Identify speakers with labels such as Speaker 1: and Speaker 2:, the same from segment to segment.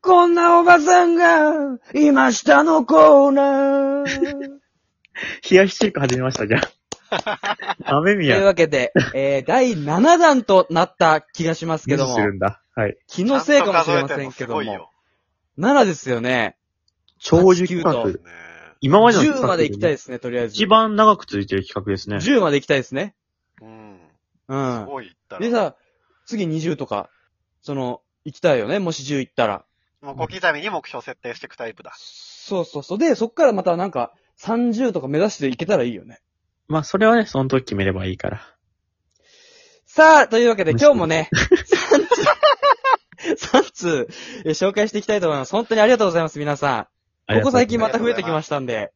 Speaker 1: こんなおばさんが、いましたのコーナ ー。
Speaker 2: 冷やし中華始めました、じゃ あ。雨
Speaker 1: という
Speaker 2: 宮。
Speaker 1: わけで、えー、第7弾となった気がしますけど も
Speaker 2: す、るんだ。はい。
Speaker 1: 気のせいかもしれませんけど
Speaker 3: ちゃんと数えてんのすごい
Speaker 1: も、
Speaker 3: よ。
Speaker 1: 7ですよね。
Speaker 2: 超熟企
Speaker 3: ね
Speaker 2: 画。今までの企
Speaker 1: 10
Speaker 2: 画
Speaker 1: まで行きたい
Speaker 2: い。
Speaker 1: ですね、とりあえず。
Speaker 2: 一番長く続いてる企画ですね。
Speaker 1: 10まで行きたいですね。
Speaker 3: うん。
Speaker 1: う
Speaker 3: す
Speaker 1: ん。
Speaker 3: ごい行った
Speaker 1: で
Speaker 3: ら。
Speaker 1: さ、次20とか、その、行きたいよね、もし10行ったら。
Speaker 3: もう小刻みに目標設定していくタイプだ。
Speaker 1: そうそうそう。で、そっからまたなんか、30とか目指していけたらいいよね。
Speaker 2: まあ、それはね、その時決めればいいから。
Speaker 1: さあ、というわけで今日もね、3通、3通、え紹介していきたいと思います。本当にありがとうございます、皆さん。ここ最近また増えてきましたんで。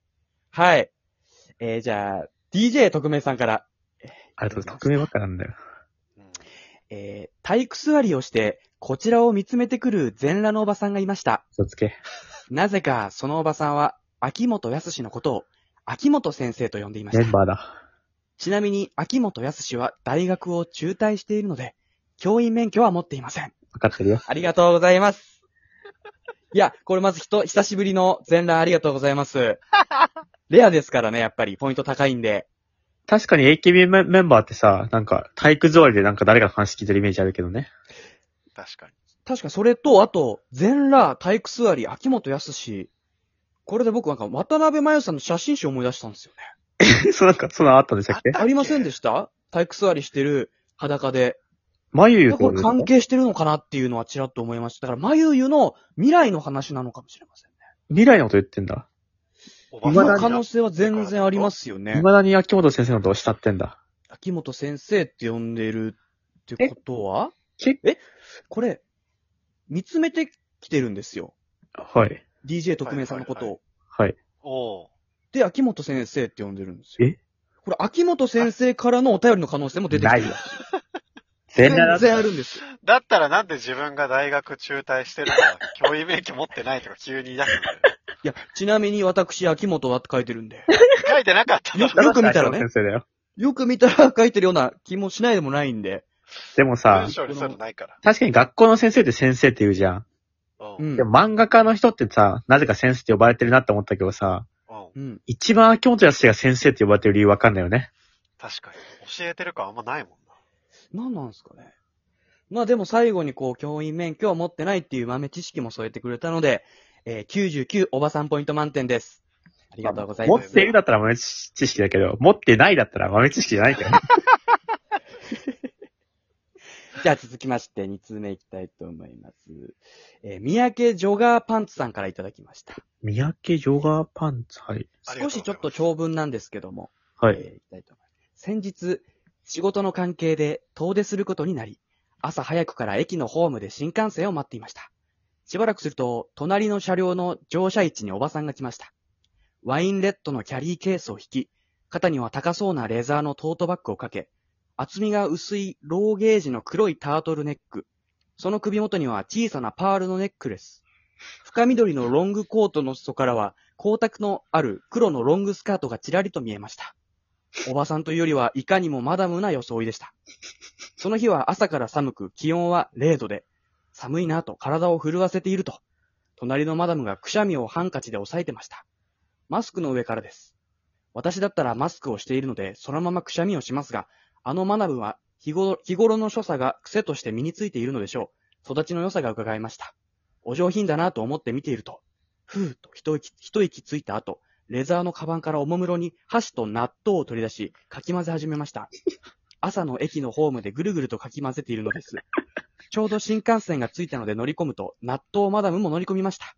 Speaker 1: はい。えー、じゃあ、DJ 特命さんから、
Speaker 2: ありがとうございます。匿名ばっかなんだよ。
Speaker 3: うん
Speaker 1: えー、体育座りをして、こちらを見つめてくる全裸のおばさんがいました。
Speaker 2: 嘘つ け。
Speaker 1: なぜか、そのおばさんは、秋元康のことを、秋元先生と呼んでいまし
Speaker 2: メ
Speaker 1: た
Speaker 2: ン。バーだ。
Speaker 1: ちなみに、秋元康は大学を中退しているので、教員免許は持っていません。
Speaker 2: わかってるよ。
Speaker 1: ありがとうございます。いや、これまずひと、久しぶりの全裸ありがとうございます。レアですからね、やっぱり、ポイント高いんで。
Speaker 2: 確かに AKB メメンバーってさ、なんか、体育座りでなんか誰かの話聞いてるイメージあるけどね。
Speaker 3: 確かに。
Speaker 1: 確かそれと、あと、全裸、体育座り、秋元康。これで僕なんか、渡辺真由さんの写真集思い出したんですよね。
Speaker 2: そうなんか、そんなのあったんでしたっけ
Speaker 3: だっけ
Speaker 1: ありませんでした体育座りしてる裸で。
Speaker 2: 眉ゆう
Speaker 1: これ関係してるのかなっていうのはちらっと思いました。だから、まゆゆの未来の話なのかもしれませんね。
Speaker 2: 未来のこと言ってんだ。
Speaker 3: お
Speaker 1: そ
Speaker 2: 未だ
Speaker 3: に
Speaker 2: に
Speaker 1: の可能性は全然ありますよね
Speaker 2: 未。だに秋元先生のことを慕ってんだ。
Speaker 1: 秋元先生って呼んでるってことは
Speaker 2: え
Speaker 1: これ、見つめてきてるんですよ。
Speaker 2: はい。
Speaker 1: DJ 特命さんのことを。
Speaker 3: は
Speaker 2: はい。
Speaker 3: おう
Speaker 1: で、秋元先生って呼んでるんですよ。
Speaker 2: え
Speaker 1: これ、秋元先生からのお便りの可能性も出てきてる。
Speaker 2: ないよ全裸だ
Speaker 1: 全然あるんです。
Speaker 3: だったらなんで自分が大学中退してるから、教員免許持ってないとか急に言い出すんだよ。
Speaker 1: いや、ちなみに私、秋元はって書いてるんで。
Speaker 3: 書いてなかっただろ。
Speaker 1: よく見たらね
Speaker 2: 先生だよ。
Speaker 1: よく見たら書いてるような気もしないでもないんで。
Speaker 2: でもさ
Speaker 3: 文、章にそういうのないから。
Speaker 2: 確かに学校の先生って先生って言うじゃん。
Speaker 3: うん。
Speaker 1: う
Speaker 3: うん。
Speaker 1: ん
Speaker 2: で。も漫画家の人ってさ、なぜか先生って呼ばれてるなって思ったけどさ、
Speaker 1: うん。
Speaker 2: 一番秋元康が先生って呼ばれてる理由わかんないよね。
Speaker 3: 確かに。教えてる感あんまないもんな。
Speaker 1: なんなんですかね。まあでも最後にこう、教員免許を持ってないっていう豆知識も添えてくれたので、えー99おばさんポイント満点です。ありがとうござい
Speaker 2: 持
Speaker 1: ま
Speaker 2: っ
Speaker 1: す。
Speaker 2: ているだったら豆知識だけど、持ってないだったら豆知識じゃないけどね。
Speaker 1: じゃあ続きまして、2通目いきたいと思います。えー三宅ジョガーパンツさんからいただきました。
Speaker 2: 三宅ヨガパンツ、はい。
Speaker 1: 少
Speaker 3: ありがうございます
Speaker 1: しちょっと長文なんですけども、
Speaker 2: は
Speaker 1: え
Speaker 2: い。
Speaker 1: ーいきたいと思います。先日、仕事の関係で遠出することになり、朝早くから駅のホームで新幹線を待っていました。しばらくすると、隣の車両の乗車位置におばさんが来ました。ワインレッドのキャリーケースを引き、肩には高そうなレザーのトートバッグをかけ、厚みが薄いローゲージの黒いタートルネック、その首元には小さなパールのネックレス、深緑のロングコートの裾からは光沢のある黒のロングスカートがちらりと見えました。おばさんというよりはいかにもマダムな装いでした。その日は朝から寒く気温は0度で、寒いなと体を震わせていると、隣のマダムがくしゃみをハンカチで押さえてました。マスクの上からです。私だったらマスクをしているので、そのままくしゃみをしますが、あのマダムは日頃日頃の所作が癖として身についているのでしょう。育ちの良さが伺えました。お上品だなと思って見ていると、ふーっと一息一息ついた後、レザーのカバンからおもむろに箸と納豆を取り出し、かき混ぜ始めました。朝の駅のホームでぐるぐるとかき混ぜているのです。ちょうど新幹線が着いたので乗り込むと、納豆マダムも乗り込みました。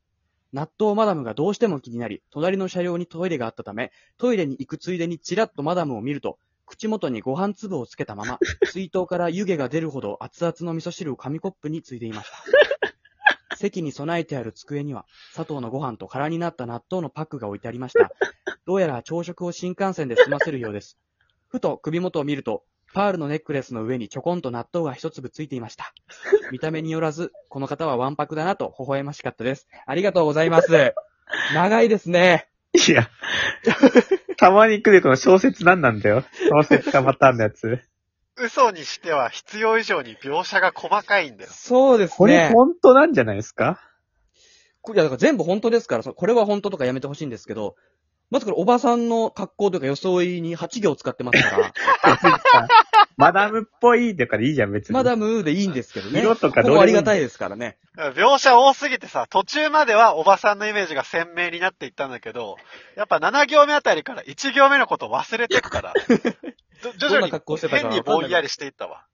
Speaker 1: 納豆マダムがどうしても気になり、隣の車両にトイレがあったため、トイレに行くついでにちらっとマダムを見ると、口元にご飯粒をつけたまま、水筒から湯気が出るほど熱々の味噌汁を紙コップについでいました。席に備えてある机には、佐藤のご飯と空になった納豆のパックが置いてありま した。どうやら朝食を新幹線で済ませるようです。ふと首元を見ると、パールのネックレスの上にちょこんと納豆が一粒ついていました。見た目によらず、この方はわんぱくだなと微笑ましかったです。ありがとうございます。長いですね。
Speaker 2: いや、たまに来るこの小説なんなんだよ。小説家パターンのやつ。
Speaker 3: 嘘にしては必要以上に描写が細かいんだよ。
Speaker 1: そうですね。
Speaker 2: これ本当なんじゃないですか
Speaker 1: こいや、だから全部本当ですから、そこれは本当とかやめてほしいんですけど、まずこれおばさんの格好というか装いに8行使ってます から、
Speaker 2: 別にさマダムっぽいだからいいじゃん、別に。
Speaker 1: マダムでいいんですけどね。
Speaker 2: 色とかどう
Speaker 1: こ
Speaker 2: でもいい
Speaker 1: こありがたいですからね。
Speaker 3: 描写多すぎてさ、途中まではおばさんのイメージが鮮明になっていったんだけど、やっぱ7行目あたりから1行目のこと忘れてくから、ど 徐
Speaker 1: どん
Speaker 3: 々
Speaker 1: な
Speaker 3: に
Speaker 1: 格好してたか
Speaker 3: 変にぼんやりしていったわ。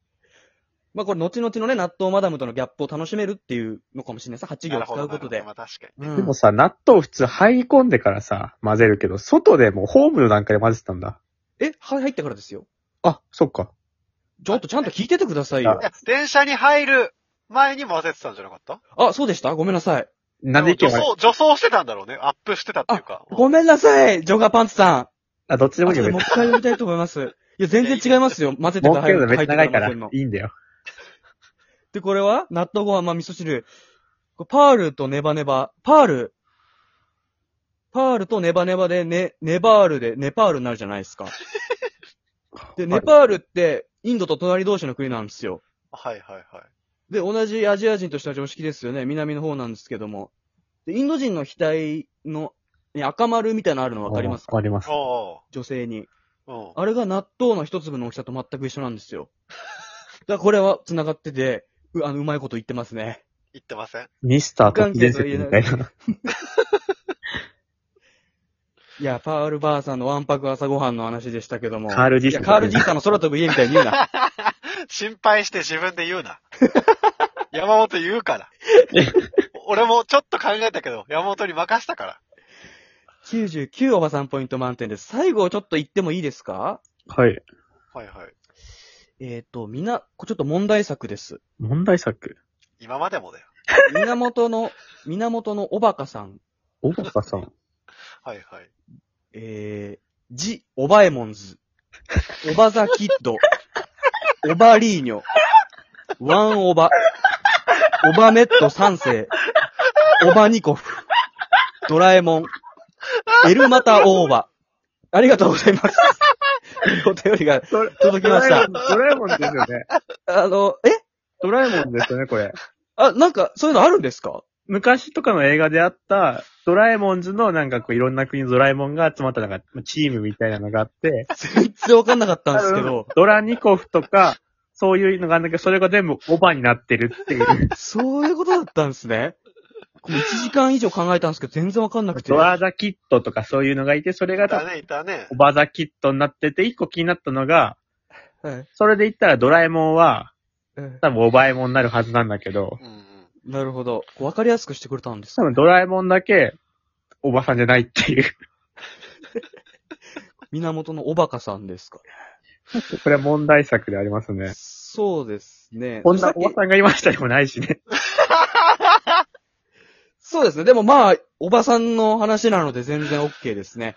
Speaker 1: まあこれ後々のね、納豆マダムとのギャップを楽しめるっていうのかもしれないさ、8
Speaker 3: な
Speaker 1: 行
Speaker 3: るほ
Speaker 1: 使
Speaker 3: ど
Speaker 1: うことで
Speaker 3: な。るほどまあ確かに。
Speaker 1: うん
Speaker 2: でもさ、納豆普通入り込んでからさ、混ぜるけど、外でもうホームの段階で混ぜてたんだ。
Speaker 1: え、は入ってからですよ。
Speaker 2: あ、そっか。
Speaker 1: ちょっとちゃんと聞いててくださいよ
Speaker 3: い。や、電車に入る前に混ぜてたんじゃなかった
Speaker 1: あ、そうでしたごめんなさい。
Speaker 2: なんで意
Speaker 3: 助
Speaker 2: 見が、
Speaker 3: 走、助走してたんだろうね。アップしてたっていうか。
Speaker 1: ごめんなさい、ジョガパンツさん。
Speaker 2: あ、どっちでもいい
Speaker 1: 後
Speaker 2: よ、
Speaker 1: でも
Speaker 2: 別
Speaker 1: う
Speaker 2: に。
Speaker 1: 一回読みたいと思います。いや、全然違いますよ。混ぜて
Speaker 2: 儲
Speaker 1: から入
Speaker 2: けるの
Speaker 1: る
Speaker 2: めっちゃ長いから、
Speaker 1: 入って
Speaker 2: い
Speaker 1: の
Speaker 2: いんだよ。
Speaker 1: で、これは納豆ご飯、まあ、味噌汁。これパールとネバネバ。パール。パールとネバネバで、ね、ネバールで、ネパールになるじゃないですか。で、ネパールって、インドと隣同士の国なんですよ。
Speaker 3: はいはいはい。
Speaker 1: で、同じアジア人としては常識ですよね。南の方なんですけども。で、インド人の額の、ね、赤丸みたいなのあるのわかりますか
Speaker 2: わかります。
Speaker 3: お
Speaker 1: 女性に。
Speaker 3: おう
Speaker 1: あれが納豆の一粒の大きさと全く一緒なんですよ。 だからこれは繋がってて、う、あの、うまいこと言ってますね。
Speaker 3: 言ってません
Speaker 2: ミスター突然説みたいな。
Speaker 1: いや、パールばあさんのわんぱく朝ごはんの話でしたけども。
Speaker 2: カール・ディ
Speaker 1: い
Speaker 2: ス
Speaker 1: や、
Speaker 2: コ
Speaker 1: カールじいさんの空飛ぶ家みたいに言うな。
Speaker 3: 心配して自分で言うな。山本言 うから。俺もちょっと考えたけど、山本に任したから。
Speaker 1: 99おばさんポイント満点です。最後ちょっと言ってもいいですか
Speaker 2: はい。
Speaker 3: はいはい。
Speaker 1: えっ、と、みな、こちょっと問題作 です。
Speaker 2: 問題作。
Speaker 3: 今までもだよ。
Speaker 1: 源の、源のおばかさん。
Speaker 2: おばかさん。
Speaker 3: はいはい。
Speaker 1: えー、ジ・オバエモンズ。オバザ・キッド。オバリーニョ。ワン・オバ。オバメット三世。オバニコフ。ドラえもん。エルマタ・オーバ。ありがとうございます。お便りが
Speaker 2: ドラ
Speaker 1: 届きました。
Speaker 2: ドラえもんですよね。
Speaker 1: あの、え
Speaker 2: ドラえもんですよね、これ。
Speaker 1: あ、なんか、そういうのあるんですか
Speaker 2: 昔とかの映画であった、ドラえもんズのなんかこういろんな国のドラえもんが集まったなんかチームみたいなのがあって、
Speaker 1: 全然わかんなかったんですけど、
Speaker 2: ドラニコフとか、そういうのがあるんだけど、それが全部オバになってるっ ていう。
Speaker 1: そういうことだったんですね。これ1時間以上考えたんですけど、全然わかんなくて。
Speaker 2: ドアザキットとかそういうのがいて、それ
Speaker 3: い
Speaker 2: が多
Speaker 3: た
Speaker 2: 分
Speaker 3: ね、いたね
Speaker 2: オ。バザキットになってて、一個気になったのが、
Speaker 1: はい
Speaker 2: それで言ったらドラえもんは、
Speaker 1: うん
Speaker 2: 多分オバエモンになるはずなんだけど、
Speaker 3: うんうん。
Speaker 1: なるほど。わかりやすくしてくれたんです
Speaker 2: 多分ドラえもんだけ、おばさんじゃないっていう。
Speaker 1: 源のおバカさんですか
Speaker 2: これは問題作でありますね。
Speaker 1: そうですね。
Speaker 2: こん
Speaker 1: さ
Speaker 2: な
Speaker 1: っき
Speaker 2: おばさんがいましたでもないしね。
Speaker 1: そうですね。でもまあ、おばさんの話なので全然 OK ですね。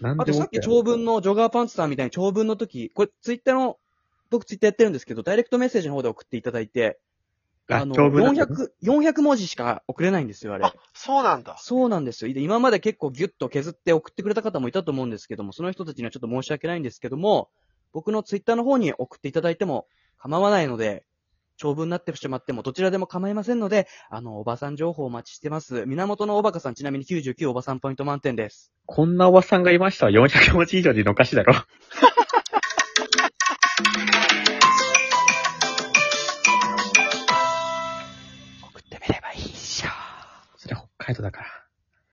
Speaker 2: なん
Speaker 1: あと
Speaker 2: で
Speaker 1: さっき長文のジョガーパンツさんみたいに長文の時、これツイッターの、僕ツイッターやってるんですけど、ダイレクトメッセージの方で送っていただいて、
Speaker 2: あ、
Speaker 1: の、
Speaker 2: 長文だったの
Speaker 1: 400、400文字しか送れないんですよ、あれ
Speaker 3: あ。、そうなんだ。
Speaker 1: そうなんですよ。で今まで結構ギュッと削って送ってくれた方もいたと思うんですけども、その人たちにはちょっと申し訳ないんですけども、僕のツイッターの方に送っていただいても構わないので、長文になってしまってもどちらでも構いませんので、あの、おばさん情報お待ちしてます。源のおばかさん、ちなみに99おばさんポイント満点です。
Speaker 2: こんなおばさんがいましたは400文字以上でいいのおかしいだろ。
Speaker 1: 送ってみればいいっしょ。
Speaker 2: それ北海道だから。